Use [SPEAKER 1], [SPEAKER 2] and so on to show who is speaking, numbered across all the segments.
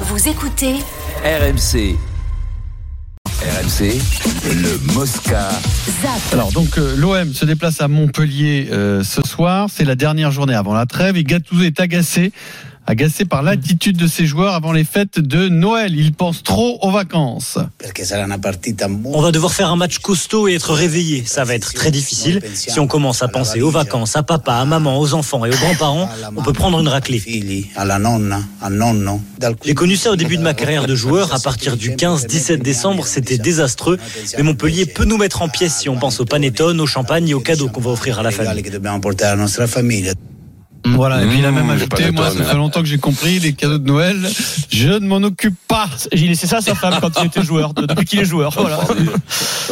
[SPEAKER 1] Vous écoutez
[SPEAKER 2] RMC. RMC, le Mosca.
[SPEAKER 1] ZAP.
[SPEAKER 3] Alors donc euh, l'OM se déplace à Montpellier euh, ce soir. C'est la dernière journée avant la trêve et Gattuso est agacé, agacé par l'attitude de ses joueurs avant les fêtes de Noël. Il pense trop aux vacances.
[SPEAKER 4] On va devoir faire un match costaud et être réveillé. Ça va être très difficile. Si on commence à penser aux vacances, à papa, à maman, aux enfants et aux grands-parents, on peut prendre une raclée. J'ai connu ça au début de ma carrière de joueur. À partir du 15-17 décembre, c'était désastreux. Mais Montpellier peut nous mettre en pièces si on pense au panettone, au champagne et aux cadeaux qu'on va offrir à la famille.
[SPEAKER 5] famille.
[SPEAKER 3] Voilà, et puis il a même
[SPEAKER 6] Mmh,
[SPEAKER 3] ajouté,
[SPEAKER 6] le
[SPEAKER 3] moi ça
[SPEAKER 6] panettone.
[SPEAKER 3] fait longtemps que j'ai compris, les cadeaux de Noël, je ne m'en occupe pas.
[SPEAKER 7] J'ai laissé ça à sa femme quand il était joueur, de- depuis qu'il est joueur. Voilà.
[SPEAKER 3] Ah,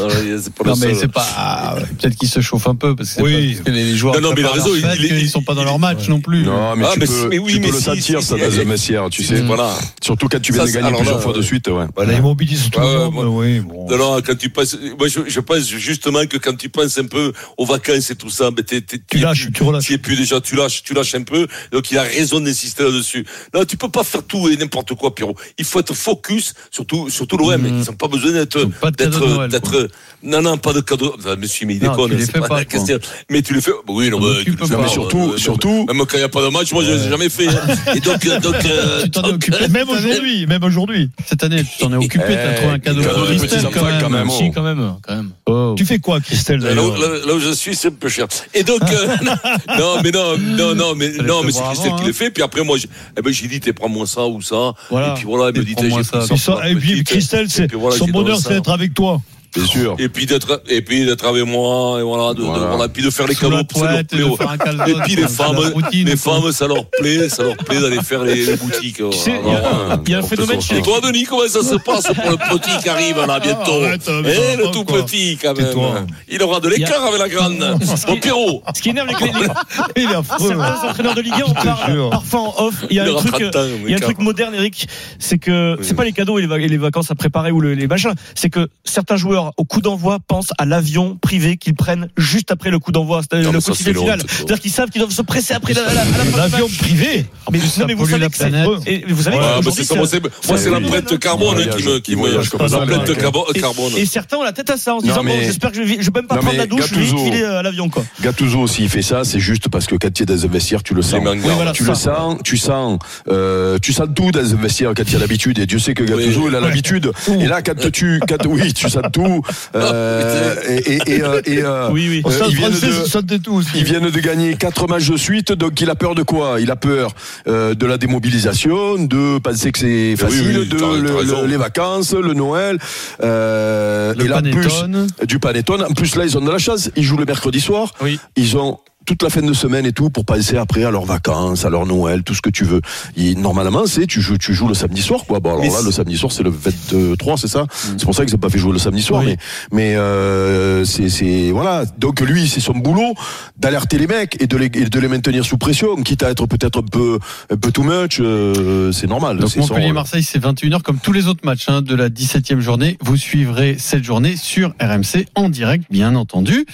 [SPEAKER 8] Euh,
[SPEAKER 3] Non mais c'est pas... ah, Peut-être qu'il se chauffe un peu, parce que, c'est
[SPEAKER 8] Oui.
[SPEAKER 3] pas- parce que les joueurs
[SPEAKER 8] Non, non, mais il a
[SPEAKER 3] préparent
[SPEAKER 8] raison,
[SPEAKER 3] leurs
[SPEAKER 8] il-
[SPEAKER 3] fêtes,
[SPEAKER 8] il-
[SPEAKER 3] qu'ils
[SPEAKER 8] il-
[SPEAKER 3] sont pas dans
[SPEAKER 8] il-
[SPEAKER 3] leur match non plus.
[SPEAKER 6] Non, mais
[SPEAKER 8] Ah,
[SPEAKER 6] tu
[SPEAKER 8] mais
[SPEAKER 6] peux,
[SPEAKER 8] si- mais oui,
[SPEAKER 6] tu peux
[SPEAKER 8] mais
[SPEAKER 6] le
[SPEAKER 8] si,
[SPEAKER 6] sentir,
[SPEAKER 8] si,
[SPEAKER 6] sa
[SPEAKER 8] si.
[SPEAKER 6] base de matière, tu sais.
[SPEAKER 8] Voilà.
[SPEAKER 6] Surtout quand tu viens
[SPEAKER 8] Ça,
[SPEAKER 6] de
[SPEAKER 8] c'est-
[SPEAKER 6] gagner
[SPEAKER 8] alors
[SPEAKER 6] plusieurs
[SPEAKER 8] là,
[SPEAKER 6] fois de
[SPEAKER 8] euh,
[SPEAKER 6] suite, ouais.
[SPEAKER 8] Voilà, ils
[SPEAKER 7] mobilisent
[SPEAKER 8] tout le Ouais, ouais, monde,
[SPEAKER 7] oui, bon.
[SPEAKER 8] Non, non, quand tu penses, moi je, je pense justement que quand tu penses un peu aux vacances et tout ça, mais t'es- t'es-
[SPEAKER 7] Tu
[SPEAKER 8] es
[SPEAKER 7] lâches,
[SPEAKER 8] plus-
[SPEAKER 7] tu relâches.
[SPEAKER 8] Tu es plus déjà, tu lâches, tu lâches un peu. Donc il a raison d'insister là-dessus. Non, tu peux pas faire tout et n'importe quoi, Pierrot. Il faut être focus, surtout, surtout l'OM. Ils n'ont pas besoin d'être,
[SPEAKER 3] Mmh. Ils ont pas de cadeau de
[SPEAKER 8] d'être,
[SPEAKER 3] Noël,
[SPEAKER 8] d'être. Non, non, pas de cadeau. Enfin, monsieur, mais il
[SPEAKER 3] Non,
[SPEAKER 8] déconne.
[SPEAKER 3] tu les
[SPEAKER 8] c'est
[SPEAKER 3] fais pas,
[SPEAKER 8] la question. Mais tu les fais. Bah Oui, non,
[SPEAKER 3] Non,
[SPEAKER 8] mais
[SPEAKER 3] mais tu
[SPEAKER 8] tu le
[SPEAKER 3] peux
[SPEAKER 8] fais
[SPEAKER 3] pas.
[SPEAKER 8] pas,
[SPEAKER 6] Mais surtout,
[SPEAKER 8] euh,
[SPEAKER 6] surtout,
[SPEAKER 8] Même quand il n'y a pas de match, moi je ne l'ai jamais fait. hein. Et donc, euh, donc, euh,
[SPEAKER 3] Tu t'en es
[SPEAKER 8] donc,
[SPEAKER 3] occupé
[SPEAKER 7] Même aujourd'hui, même aujourd'hui.
[SPEAKER 3] Cette année, tu t'en es occupé, t'as
[SPEAKER 6] Eh,
[SPEAKER 3] trouvé un cadeau
[SPEAKER 6] cadeau
[SPEAKER 3] de
[SPEAKER 6] de
[SPEAKER 3] Christelle,
[SPEAKER 6] petits
[SPEAKER 3] quand
[SPEAKER 6] enfants,
[SPEAKER 3] même.
[SPEAKER 6] quand même.
[SPEAKER 7] Si, quand même, quand même.
[SPEAKER 3] Oh.
[SPEAKER 7] Tu fais quoi, Christelle
[SPEAKER 8] Là,
[SPEAKER 7] d'ailleurs
[SPEAKER 8] là- là où je suis, c'est un peu cher. Et donc, euh, non, mais non, non, non, mais
[SPEAKER 3] Fallait
[SPEAKER 8] non, mais c'est
[SPEAKER 3] prévoir
[SPEAKER 8] Christelle
[SPEAKER 3] avant,
[SPEAKER 8] qui
[SPEAKER 3] hein.
[SPEAKER 8] le fait. Puis après, moi, j'ai- eh ben, j'ai dit, t'es prends-moi ça ou ça.
[SPEAKER 3] Voilà.
[SPEAKER 8] Et puis voilà, elle me
[SPEAKER 3] Et
[SPEAKER 8] dit, t'es
[SPEAKER 3] prends-moi ça.
[SPEAKER 7] C'est ça. Et puis Christelle, c'est- son bonheur, c'est d'être avec toi.
[SPEAKER 6] bien sûr.
[SPEAKER 8] Et puis d'être, et puis d'être avec moi, et voilà, de, de-
[SPEAKER 6] Voilà.
[SPEAKER 8] voilà, puis de faire les
[SPEAKER 3] Sous la
[SPEAKER 8] cadeaux, ça leur
[SPEAKER 3] toilette et
[SPEAKER 8] plaît,
[SPEAKER 3] de
[SPEAKER 8] ouais.
[SPEAKER 3] faire un calzone.
[SPEAKER 8] Et puis
[SPEAKER 3] C'est
[SPEAKER 8] les
[SPEAKER 3] la
[SPEAKER 8] femmes,
[SPEAKER 3] routine,
[SPEAKER 8] les
[SPEAKER 3] quoi.
[SPEAKER 8] femmes, ça leur plaît, ça leur plaît d'aller faire les, les boutiques.
[SPEAKER 7] Tu sais, il y
[SPEAKER 8] voilà.
[SPEAKER 7] a- il y a
[SPEAKER 6] on
[SPEAKER 7] un
[SPEAKER 6] fait
[SPEAKER 7] phénomène
[SPEAKER 6] son
[SPEAKER 7] chez les
[SPEAKER 8] Et toi, Denis, comment ça se passe pour le petit qui arrive là bientôt
[SPEAKER 7] Ah, arrête, mais
[SPEAKER 8] Eh, le
[SPEAKER 7] attends,
[SPEAKER 8] tout
[SPEAKER 7] quoi.
[SPEAKER 8] petit quand même.
[SPEAKER 7] Tais-toi.
[SPEAKER 8] Il aura de l'écart avec la grande. Mon Pierrot. Ah,
[SPEAKER 7] Ce qui énerve les, les,
[SPEAKER 3] Il est affreux.
[SPEAKER 7] certains entraîneurs de Ligue 1 on parle parfois en off. Il y a
[SPEAKER 8] Il
[SPEAKER 7] un
[SPEAKER 8] aura
[SPEAKER 7] truc,
[SPEAKER 8] 30 ans, oui,
[SPEAKER 7] il y a un truc
[SPEAKER 8] carrément.
[SPEAKER 7] moderne, Eric, c'est que c'est pas les cadeaux et les, va- et les vacances à préparer ou le- les machins. C'est que certains joueurs au coup d'envoi pensent à l'avion privé qu'ils prennent juste après le coup d'envoi, c'est-à-dire
[SPEAKER 6] Non,
[SPEAKER 7] le
[SPEAKER 6] mais
[SPEAKER 7] coup
[SPEAKER 6] ça,
[SPEAKER 7] de
[SPEAKER 6] c'est
[SPEAKER 7] sifflet final.
[SPEAKER 6] l'honte, ça.
[SPEAKER 7] C'est-à-dire qu'ils savent qu'ils doivent se presser après la, la, la- la fin
[SPEAKER 3] L'avion
[SPEAKER 7] du match. privé. Mais,
[SPEAKER 3] plus,
[SPEAKER 7] non,
[SPEAKER 3] ça
[SPEAKER 7] mais vous
[SPEAKER 3] pollue
[SPEAKER 7] savez
[SPEAKER 3] la
[SPEAKER 7] que c'est
[SPEAKER 3] planète.
[SPEAKER 7] et vous savez
[SPEAKER 8] Ouais,
[SPEAKER 7] que
[SPEAKER 8] bah,
[SPEAKER 7] aujourd'hui,
[SPEAKER 8] c'est ça,
[SPEAKER 7] c'est-
[SPEAKER 8] moi, c'est, moi, c'est
[SPEAKER 6] oui.
[SPEAKER 8] l'empreinte carbone hein, qui me, qui
[SPEAKER 6] Il
[SPEAKER 8] me,
[SPEAKER 6] voyage comme ça, euh,
[SPEAKER 8] l'empreinte
[SPEAKER 6] avec-
[SPEAKER 8] carbo-
[SPEAKER 7] et-
[SPEAKER 8] carbone.
[SPEAKER 7] Et certains ont la tête à ça en se
[SPEAKER 6] Non,
[SPEAKER 7] disant bon,
[SPEAKER 6] mais-
[SPEAKER 7] j'espère que je vais, je vais même pas
[SPEAKER 6] Non,
[SPEAKER 7] prendre
[SPEAKER 6] mais
[SPEAKER 7] la douche, je vais vite
[SPEAKER 6] Gattuso-
[SPEAKER 7] filer à l'avion quoi.
[SPEAKER 6] Gattuso aussi, il fait ça, c'est juste parce que quand il y a des investisseurs, tu le sens.
[SPEAKER 8] mangas. Oui,
[SPEAKER 7] voilà,
[SPEAKER 6] tu
[SPEAKER 7] ça.
[SPEAKER 6] le sens, tu sens, euh, tu sens tout dans les investisseurs quand il y a l'habitude. Et Dieu sait que Gattuso,
[SPEAKER 8] Oui.
[SPEAKER 6] il a l'habitude. Et là, quand tu, quand, oui, tu sens tout.
[SPEAKER 8] Ah,
[SPEAKER 6] Euh, et, et, et, euh, et, euh,
[SPEAKER 7] Oui, oui.
[SPEAKER 6] euh, ils viennent de-
[SPEAKER 3] de tous.
[SPEAKER 6] Ils viennent de gagner quatre matchs de suite, donc il a peur de quoi Il a peur euh, de la démobilisation, de penser que c'est facile,
[SPEAKER 8] oui, t'as-
[SPEAKER 6] de
[SPEAKER 8] t'as
[SPEAKER 6] le-
[SPEAKER 8] raison.
[SPEAKER 6] le- les vacances, le Noël, euh,
[SPEAKER 3] Le
[SPEAKER 6] et là en
[SPEAKER 3] panettone.
[SPEAKER 6] plus du panettone. En plus là, ils ont de la chance. Ils jouent le mercredi soir.
[SPEAKER 3] Oui.
[SPEAKER 6] Ils ont toute la fin de semaine et tout pour penser après à leurs vacances, à leur Noël, tout ce que tu veux. Et normalement, c'est tu joues, tu joues le samedi soir, quoi. Bon, alors
[SPEAKER 8] Mais
[SPEAKER 6] là,
[SPEAKER 8] c'est- Mm.
[SPEAKER 6] le samedi soir, c'est le 23, c'est ça C'est pour ça qu'ils n'ont pas fait jouer le samedi soir.
[SPEAKER 3] Oui.
[SPEAKER 6] Mais, mais euh, c'est, c'est- voilà. Donc lui, c'est son boulot d'alerter les mecs et de les, et de les maintenir sous pression, quitte à être peut-être un peu, un peu too much. euh, c'est normal.
[SPEAKER 3] Donc
[SPEAKER 6] c'est son rôle.
[SPEAKER 3] Montpellier-Marseille, c'est 21h comme tous les autres matchs hein, de la 17e journée. Vous suivrez cette journée sur RMC en direct, bien entendu.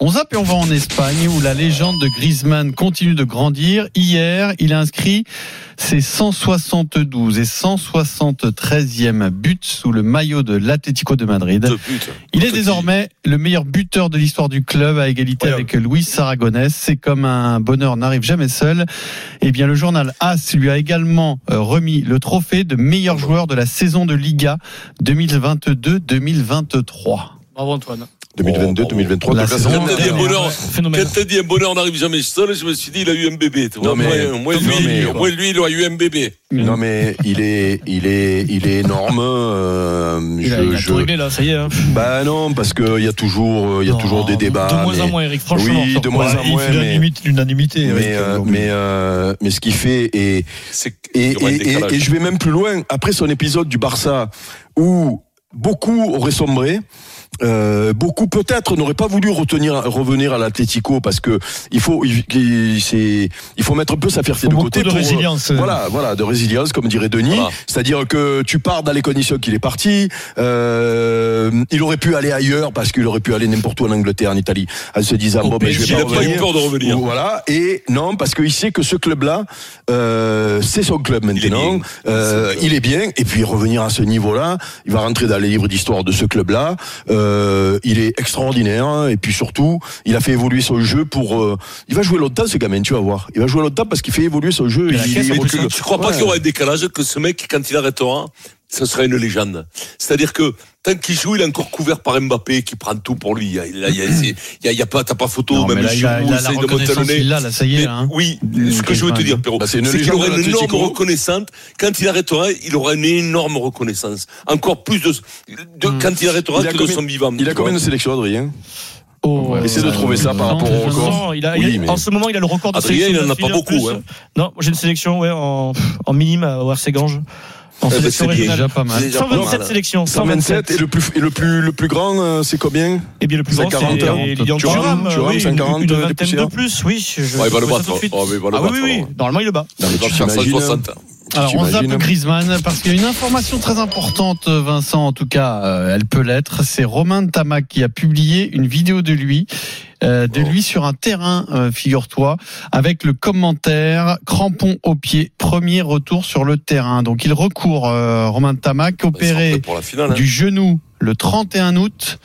[SPEAKER 3] On zappe et on va en Espagne où la légende de Griezmann continue de grandir. Hier, il a inscrit ses 172 et 173e buts sous le maillot de l'Atlético de Madrid.
[SPEAKER 8] De pute.
[SPEAKER 3] Il est
[SPEAKER 8] Petit.
[SPEAKER 3] désormais le meilleur buteur de l'histoire du club à égalité avec Luis Aragonès. C'est comme un bonheur n'arrive jamais seul. Eh bien, le journal AS lui a également euh, remis le trophée de meilleur joueur de la saison de Liga 2022-2023.
[SPEAKER 7] Bravo Antoine.
[SPEAKER 6] 2022, 2023,
[SPEAKER 3] Oh, La
[SPEAKER 6] donc là,
[SPEAKER 3] saison
[SPEAKER 6] c'est-
[SPEAKER 8] Quand t'as dit un
[SPEAKER 3] dernière.
[SPEAKER 8] bonheur,
[SPEAKER 7] Phénomène.
[SPEAKER 8] quand t'as dit un bonheur n'arrive jamais seul, je me suis dit, il a eu un bébé. tu vois.
[SPEAKER 6] Non, mais-
[SPEAKER 8] Au moins, au moins,
[SPEAKER 6] non,
[SPEAKER 8] lui,
[SPEAKER 6] mais-
[SPEAKER 8] au moins, lui, il a eu un bébé.
[SPEAKER 6] Non mais il est, il est, il est énorme. euh,
[SPEAKER 7] Il a,
[SPEAKER 6] je-
[SPEAKER 7] il a
[SPEAKER 6] je-
[SPEAKER 7] tout réglé là, ça y est. hein.
[SPEAKER 6] Bah non, parce qu'il y a toujours, euh, il y a
[SPEAKER 7] Non,
[SPEAKER 6] toujours des débats.
[SPEAKER 7] De moins
[SPEAKER 6] mais-
[SPEAKER 7] en moins, Eric, franchement.
[SPEAKER 6] Oui,
[SPEAKER 7] sur-
[SPEAKER 6] de moins en
[SPEAKER 7] il
[SPEAKER 6] moins,
[SPEAKER 7] fait la
[SPEAKER 6] mais-
[SPEAKER 7] limite l'unanimité.
[SPEAKER 6] Mais,
[SPEAKER 7] Eric,
[SPEAKER 6] euh,
[SPEAKER 7] aujourd'hui.
[SPEAKER 6] mais, euh, mais ce qu'il fait est,
[SPEAKER 8] C'est
[SPEAKER 6] et,
[SPEAKER 8] il y aura un
[SPEAKER 6] et- et-
[SPEAKER 8] décalage.
[SPEAKER 6] et je vais même plus loin. Après son épisode du Barça, où beaucoup auraient sombré, Euh, beaucoup peut-être n'auraient pas voulu retenir, revenir à l'Atlético parce que il faut, il, il- c'est- il faut mettre un peu sa fierté
[SPEAKER 7] Faut
[SPEAKER 6] de
[SPEAKER 7] beaucoup
[SPEAKER 6] côté.
[SPEAKER 7] de
[SPEAKER 6] pour, euh,
[SPEAKER 7] résilience.
[SPEAKER 6] Voilà, voilà, de résilience, comme dirait Denis.
[SPEAKER 8] Voilà.
[SPEAKER 6] C'est-à-dire que tu pars dans les conditions qu'il est parti. Euh, il aurait pu aller ailleurs parce qu'il aurait pu aller n'importe où en Angleterre, en Italie, en se disant bon, ben, je
[SPEAKER 8] Il
[SPEAKER 6] vais
[SPEAKER 8] n'a
[SPEAKER 6] pas
[SPEAKER 8] pas eu
[SPEAKER 6] revenir.
[SPEAKER 8] peur de revenir.
[SPEAKER 6] Ou- Voilà. Et non, parce qu'il sait que ce club-là, euh, c'est son club
[SPEAKER 8] est
[SPEAKER 6] maintenant.
[SPEAKER 8] bien.
[SPEAKER 6] Euh, il est bien. Et puis revenir à ce niveau-là, il va rentrer dans les livres d'histoire de ce club-là. Euh, il est extraordinaire. Et puis surtout, il a fait évoluer son jeu pour. euh, il va jouer longtemps, ce gamin. Tu vas voir. Il va jouer longtemps parce qu'il fait évoluer son jeu.
[SPEAKER 7] la caisse,
[SPEAKER 6] Il,
[SPEAKER 7] mais
[SPEAKER 6] il
[SPEAKER 7] tout
[SPEAKER 6] recule.
[SPEAKER 8] Je crois pas
[SPEAKER 6] Ouais.
[SPEAKER 8] qu'il y aura un décalage, que ce mec, quand il arrêtera, ça sera une légende. C'est-à-dire que tant qu'il joue, il est encore couvert par Mbappé qui prend tout pour lui. Là, il y a, c'est- il y a- il y a pas, t'as pas photo,
[SPEAKER 3] Non, mais
[SPEAKER 8] même
[SPEAKER 3] là, il a, il a la
[SPEAKER 8] essaye de me
[SPEAKER 3] reconnaissance,
[SPEAKER 8] talonner.
[SPEAKER 3] il l'a, là, ça y est.
[SPEAKER 8] Mais
[SPEAKER 3] là, hein.
[SPEAKER 8] Oui,
[SPEAKER 3] Mmh,
[SPEAKER 8] ce que je veux te
[SPEAKER 3] Griezmann.
[SPEAKER 8] dire, Pierrot,
[SPEAKER 6] Bah, c'est
[SPEAKER 8] c'est
[SPEAKER 6] une
[SPEAKER 8] qu'il
[SPEAKER 6] légende
[SPEAKER 8] aura
[SPEAKER 6] de
[SPEAKER 8] une énorme
[SPEAKER 6] l'Atlético.
[SPEAKER 8] reconnaissance. Quand il arrêtera, il aura une énorme reconnaissance. Encore plus de, de-
[SPEAKER 3] Hmm.
[SPEAKER 8] quand il arrêtera
[SPEAKER 6] Il a
[SPEAKER 8] que de
[SPEAKER 6] combien-
[SPEAKER 8] son vivant.
[SPEAKER 6] Il a
[SPEAKER 8] tu vois.
[SPEAKER 6] combien de sélections, Adrien
[SPEAKER 7] Oh,
[SPEAKER 3] Ouais,
[SPEAKER 6] Essaie de
[SPEAKER 3] ouais,
[SPEAKER 6] trouver ça par
[SPEAKER 3] non,
[SPEAKER 6] rapport au
[SPEAKER 3] je-
[SPEAKER 6] record.
[SPEAKER 7] Non, il a, il a-
[SPEAKER 6] Oui, mais-
[SPEAKER 7] En ce moment, il a le record de
[SPEAKER 8] Adrien,
[SPEAKER 7] sélection.
[SPEAKER 8] il en a
[SPEAKER 7] d'affilée
[SPEAKER 8] pas beaucoup,
[SPEAKER 7] plus.
[SPEAKER 8] hein.
[SPEAKER 7] Non, j'ai une sélection ouais, en, en minime au RC Ganges. En
[SPEAKER 8] Eh ben,
[SPEAKER 7] sélection
[SPEAKER 8] c'est bien.
[SPEAKER 7] régionale.
[SPEAKER 3] Déjà pas mal.
[SPEAKER 8] C'est déjà pas mal.
[SPEAKER 7] 127 sélections.
[SPEAKER 6] 127 et le plus et le plus le plus grand euh, c'est combien
[SPEAKER 7] Et Eh bien le plus grand,
[SPEAKER 6] 140,
[SPEAKER 7] c'est Lilian
[SPEAKER 6] tu vois,
[SPEAKER 7] Thuram. Ah
[SPEAKER 6] tu vois,
[SPEAKER 7] oui,
[SPEAKER 6] 140,
[SPEAKER 7] une
[SPEAKER 6] des
[SPEAKER 7] vingtaine de
[SPEAKER 6] poussières.
[SPEAKER 7] plus, oui. je- je
[SPEAKER 8] Ouais, Ah, il va le
[SPEAKER 7] trouve ça
[SPEAKER 8] battre.
[SPEAKER 7] tout de suite.
[SPEAKER 8] Oh, mais il va le
[SPEAKER 7] Ah oui,
[SPEAKER 8] battre,
[SPEAKER 7] oui,
[SPEAKER 8] ouais.
[SPEAKER 7] oui. Normalement, il le bat.
[SPEAKER 6] Non, mais
[SPEAKER 8] Il va
[SPEAKER 6] tu
[SPEAKER 8] faire
[SPEAKER 6] t'imagines,
[SPEAKER 3] hein.
[SPEAKER 8] 160.
[SPEAKER 6] tu
[SPEAKER 3] Alors on zappe
[SPEAKER 6] t'imagines
[SPEAKER 3] Griezmann parce qu'il y a une information très importante, Vincent, en tout cas, euh, elle peut l'être. C'est Romain de Tamac qui a publié une vidéo de lui, euh, de
[SPEAKER 8] Oh.
[SPEAKER 3] lui sur un terrain, euh, figure-toi, avec le commentaire crampon au pied, premier retour sur le terrain. Donc il recourt, euh, Romain de Tamac,
[SPEAKER 8] Ils sont prêts
[SPEAKER 3] opéré
[SPEAKER 8] pour la finale. hein.
[SPEAKER 3] du genou le 31 août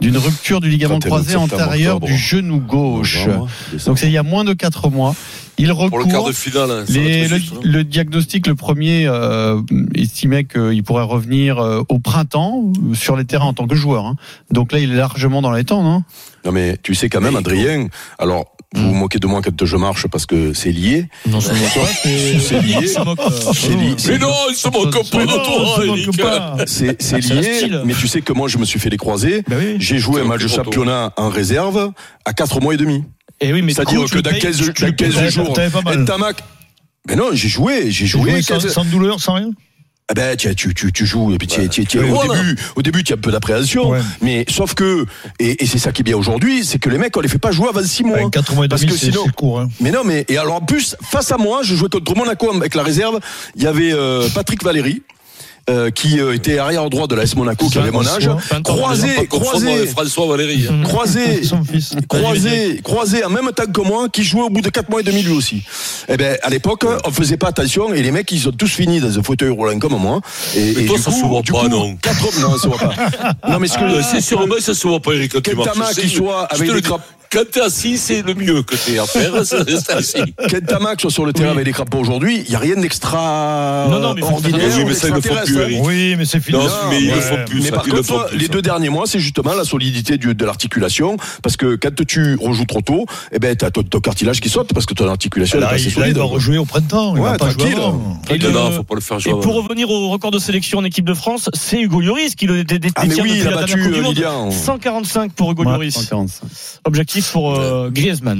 [SPEAKER 3] d'une rupture du ligament
[SPEAKER 6] 31
[SPEAKER 3] croisé
[SPEAKER 6] septembre,
[SPEAKER 3] antérieur
[SPEAKER 6] octobre.
[SPEAKER 3] du genou gauche.
[SPEAKER 6] Novembre,
[SPEAKER 3] Donc
[SPEAKER 6] décembre.
[SPEAKER 3] c'est il y a moins de quatre mois. Il
[SPEAKER 8] Pour le quart
[SPEAKER 3] recourt.
[SPEAKER 8] de finale. hein, ça va
[SPEAKER 3] Les-
[SPEAKER 8] être
[SPEAKER 3] le,
[SPEAKER 8] juste, hein.
[SPEAKER 3] le diagnostic, le premier, euh, estimait qu'il pourrait revenir euh, au printemps euh, sur les terrains en tant que joueur. hein. Donc là, il est largement dans les temps, non
[SPEAKER 6] Non mais tu sais quand même, Adrien. Alors
[SPEAKER 7] Hmm.
[SPEAKER 6] vous vous moquez de moi quand je marche parce que c'est lié.
[SPEAKER 3] Non, je
[SPEAKER 8] hein.
[SPEAKER 6] C'est lié.
[SPEAKER 7] Oh,
[SPEAKER 6] C'est lié.
[SPEAKER 8] Mais
[SPEAKER 6] c'est-
[SPEAKER 8] non, ils se moquent pas
[SPEAKER 7] Mais
[SPEAKER 8] de
[SPEAKER 7] non,
[SPEAKER 8] toi,
[SPEAKER 7] Oh, c'est mon
[SPEAKER 8] Eric.
[SPEAKER 7] copain.
[SPEAKER 6] C'est c'est
[SPEAKER 7] C'est un
[SPEAKER 6] lié.
[SPEAKER 7] style.
[SPEAKER 6] Mais tu sais que moi je me suis fait les croiser.
[SPEAKER 7] Bah oui.
[SPEAKER 6] J'ai joué
[SPEAKER 8] C'est
[SPEAKER 6] un
[SPEAKER 8] un
[SPEAKER 6] match de
[SPEAKER 8] peu trop tôt.
[SPEAKER 6] championnat en réserve à 4 mois et demi.
[SPEAKER 7] Et Eh oui, mais
[SPEAKER 6] C'est-à-dire
[SPEAKER 7] du coup,
[SPEAKER 6] que
[SPEAKER 7] tu
[SPEAKER 6] dans
[SPEAKER 7] payes,
[SPEAKER 6] 15,
[SPEAKER 7] tu- tu
[SPEAKER 6] dans
[SPEAKER 7] le
[SPEAKER 6] 15
[SPEAKER 7] payes,
[SPEAKER 6] jours,
[SPEAKER 7] t'avais pas mal.
[SPEAKER 6] un tamac. Mais non, j'ai joué, j'ai
[SPEAKER 7] Tu
[SPEAKER 6] joué.
[SPEAKER 7] jouais sans-
[SPEAKER 6] 15
[SPEAKER 7] sans douleur, sans rien
[SPEAKER 6] Ah ben tiens, tu, tu, tu joues et puis tiens, tiens, tiens, au,
[SPEAKER 8] Voilà.
[SPEAKER 6] début, au début tu as un peu d'appréhension,
[SPEAKER 7] Ouais.
[SPEAKER 6] mais sauf que et, et c'est ça qui est bien aujourd'hui, c'est que les mecs on les fait pas jouer avant 6 mois.
[SPEAKER 1] hein.
[SPEAKER 7] Ouais, quatre mois et
[SPEAKER 6] Parce
[SPEAKER 7] demi,
[SPEAKER 6] que
[SPEAKER 7] c'est-
[SPEAKER 6] sinon-
[SPEAKER 7] c'est court. hein.
[SPEAKER 6] Mais non, mais et alors en plus face à moi, je jouais contre Monaco avec la réserve. Il y avait euh, Patrick Valéry. euh, qui euh, était arrière droit de l'AS Monaco, qui avait mon âge,
[SPEAKER 8] Pas
[SPEAKER 6] croisé,
[SPEAKER 8] confondre
[SPEAKER 6] croisé,
[SPEAKER 8] avec François Valéry. hein.
[SPEAKER 6] croisé,
[SPEAKER 7] Son fils.
[SPEAKER 6] croisé, croisé en même temps que moi, qui jouait au bout de 4 mois et demi lui aussi. Eh ben, à l'époque, on faisait pas attention et les mecs, ils ont tous fini dans un fauteuil roulant comme moi. Et,
[SPEAKER 8] Mais
[SPEAKER 6] et
[SPEAKER 8] toi,
[SPEAKER 6] du
[SPEAKER 8] ça
[SPEAKER 6] coup-
[SPEAKER 8] se voit
[SPEAKER 6] du
[SPEAKER 8] pas,
[SPEAKER 6] coup,
[SPEAKER 8] non.
[SPEAKER 6] quatre- non, ça se voit pas. Non, mais ce que
[SPEAKER 8] Ah, c'est sûr, mais ça se voit pas, Eric. quand tu
[SPEAKER 6] Quel
[SPEAKER 8] marches.
[SPEAKER 6] tamac
[SPEAKER 8] C'est-
[SPEAKER 6] qu'il soit,
[SPEAKER 8] je
[SPEAKER 6] avec
[SPEAKER 8] te
[SPEAKER 6] des
[SPEAKER 8] le dis,
[SPEAKER 6] crapauds.
[SPEAKER 8] Quand t'es assis, c'est le mieux que t'es à faire. c'est rester assis. Ah
[SPEAKER 6] Kentamax soit sur le terrain avec les crapauds aujourd'hui, il n'y a rien d'extra.
[SPEAKER 7] Non, non, mais
[SPEAKER 6] ordinaire,
[SPEAKER 8] oui, mais ça, ils le font
[SPEAKER 6] d'extraterrestre.
[SPEAKER 8] plus, Eric.
[SPEAKER 7] Oui, mais c'est fini.
[SPEAKER 8] Non,
[SPEAKER 6] Non,
[SPEAKER 8] mais ils le
[SPEAKER 7] ouais.
[SPEAKER 8] font plus.
[SPEAKER 6] hein. Mais
[SPEAKER 8] ça,
[SPEAKER 6] par
[SPEAKER 8] ils le font
[SPEAKER 6] contre,
[SPEAKER 8] plus,
[SPEAKER 6] les
[SPEAKER 8] ça.
[SPEAKER 6] deux derniers mois, c'est justement la solidité du- de l'articulation, parce que quand tu rejoues trop tôt, eh ben, t'as ton, ton cartilage qui saute, parce que ton articulation elle est
[SPEAKER 1] Là,
[SPEAKER 6] pas assez
[SPEAKER 1] bah, il, là, il
[SPEAKER 6] solide.
[SPEAKER 1] va rejouer au printemps. Il
[SPEAKER 6] Ouais,
[SPEAKER 1] va pas jouer
[SPEAKER 6] tranquille.
[SPEAKER 1] avant.
[SPEAKER 7] Et
[SPEAKER 8] Non,
[SPEAKER 7] le-
[SPEAKER 8] non, faut pas le faire
[SPEAKER 7] Et
[SPEAKER 8] jouer.
[SPEAKER 7] pour revenir au record de sélection en équipe de France, c'est Hugo Lloris qui le dé- dé-
[SPEAKER 6] Ah, mais
[SPEAKER 7] détient
[SPEAKER 6] oui,
[SPEAKER 7] depuis
[SPEAKER 6] il a
[SPEAKER 7] la dernière
[SPEAKER 6] battu
[SPEAKER 7] Coupe du
[SPEAKER 6] euh,
[SPEAKER 7] Monde.
[SPEAKER 6] Lilian.
[SPEAKER 7] 145 pour Hugo Lloris. Objectif pour euh, Griezmann.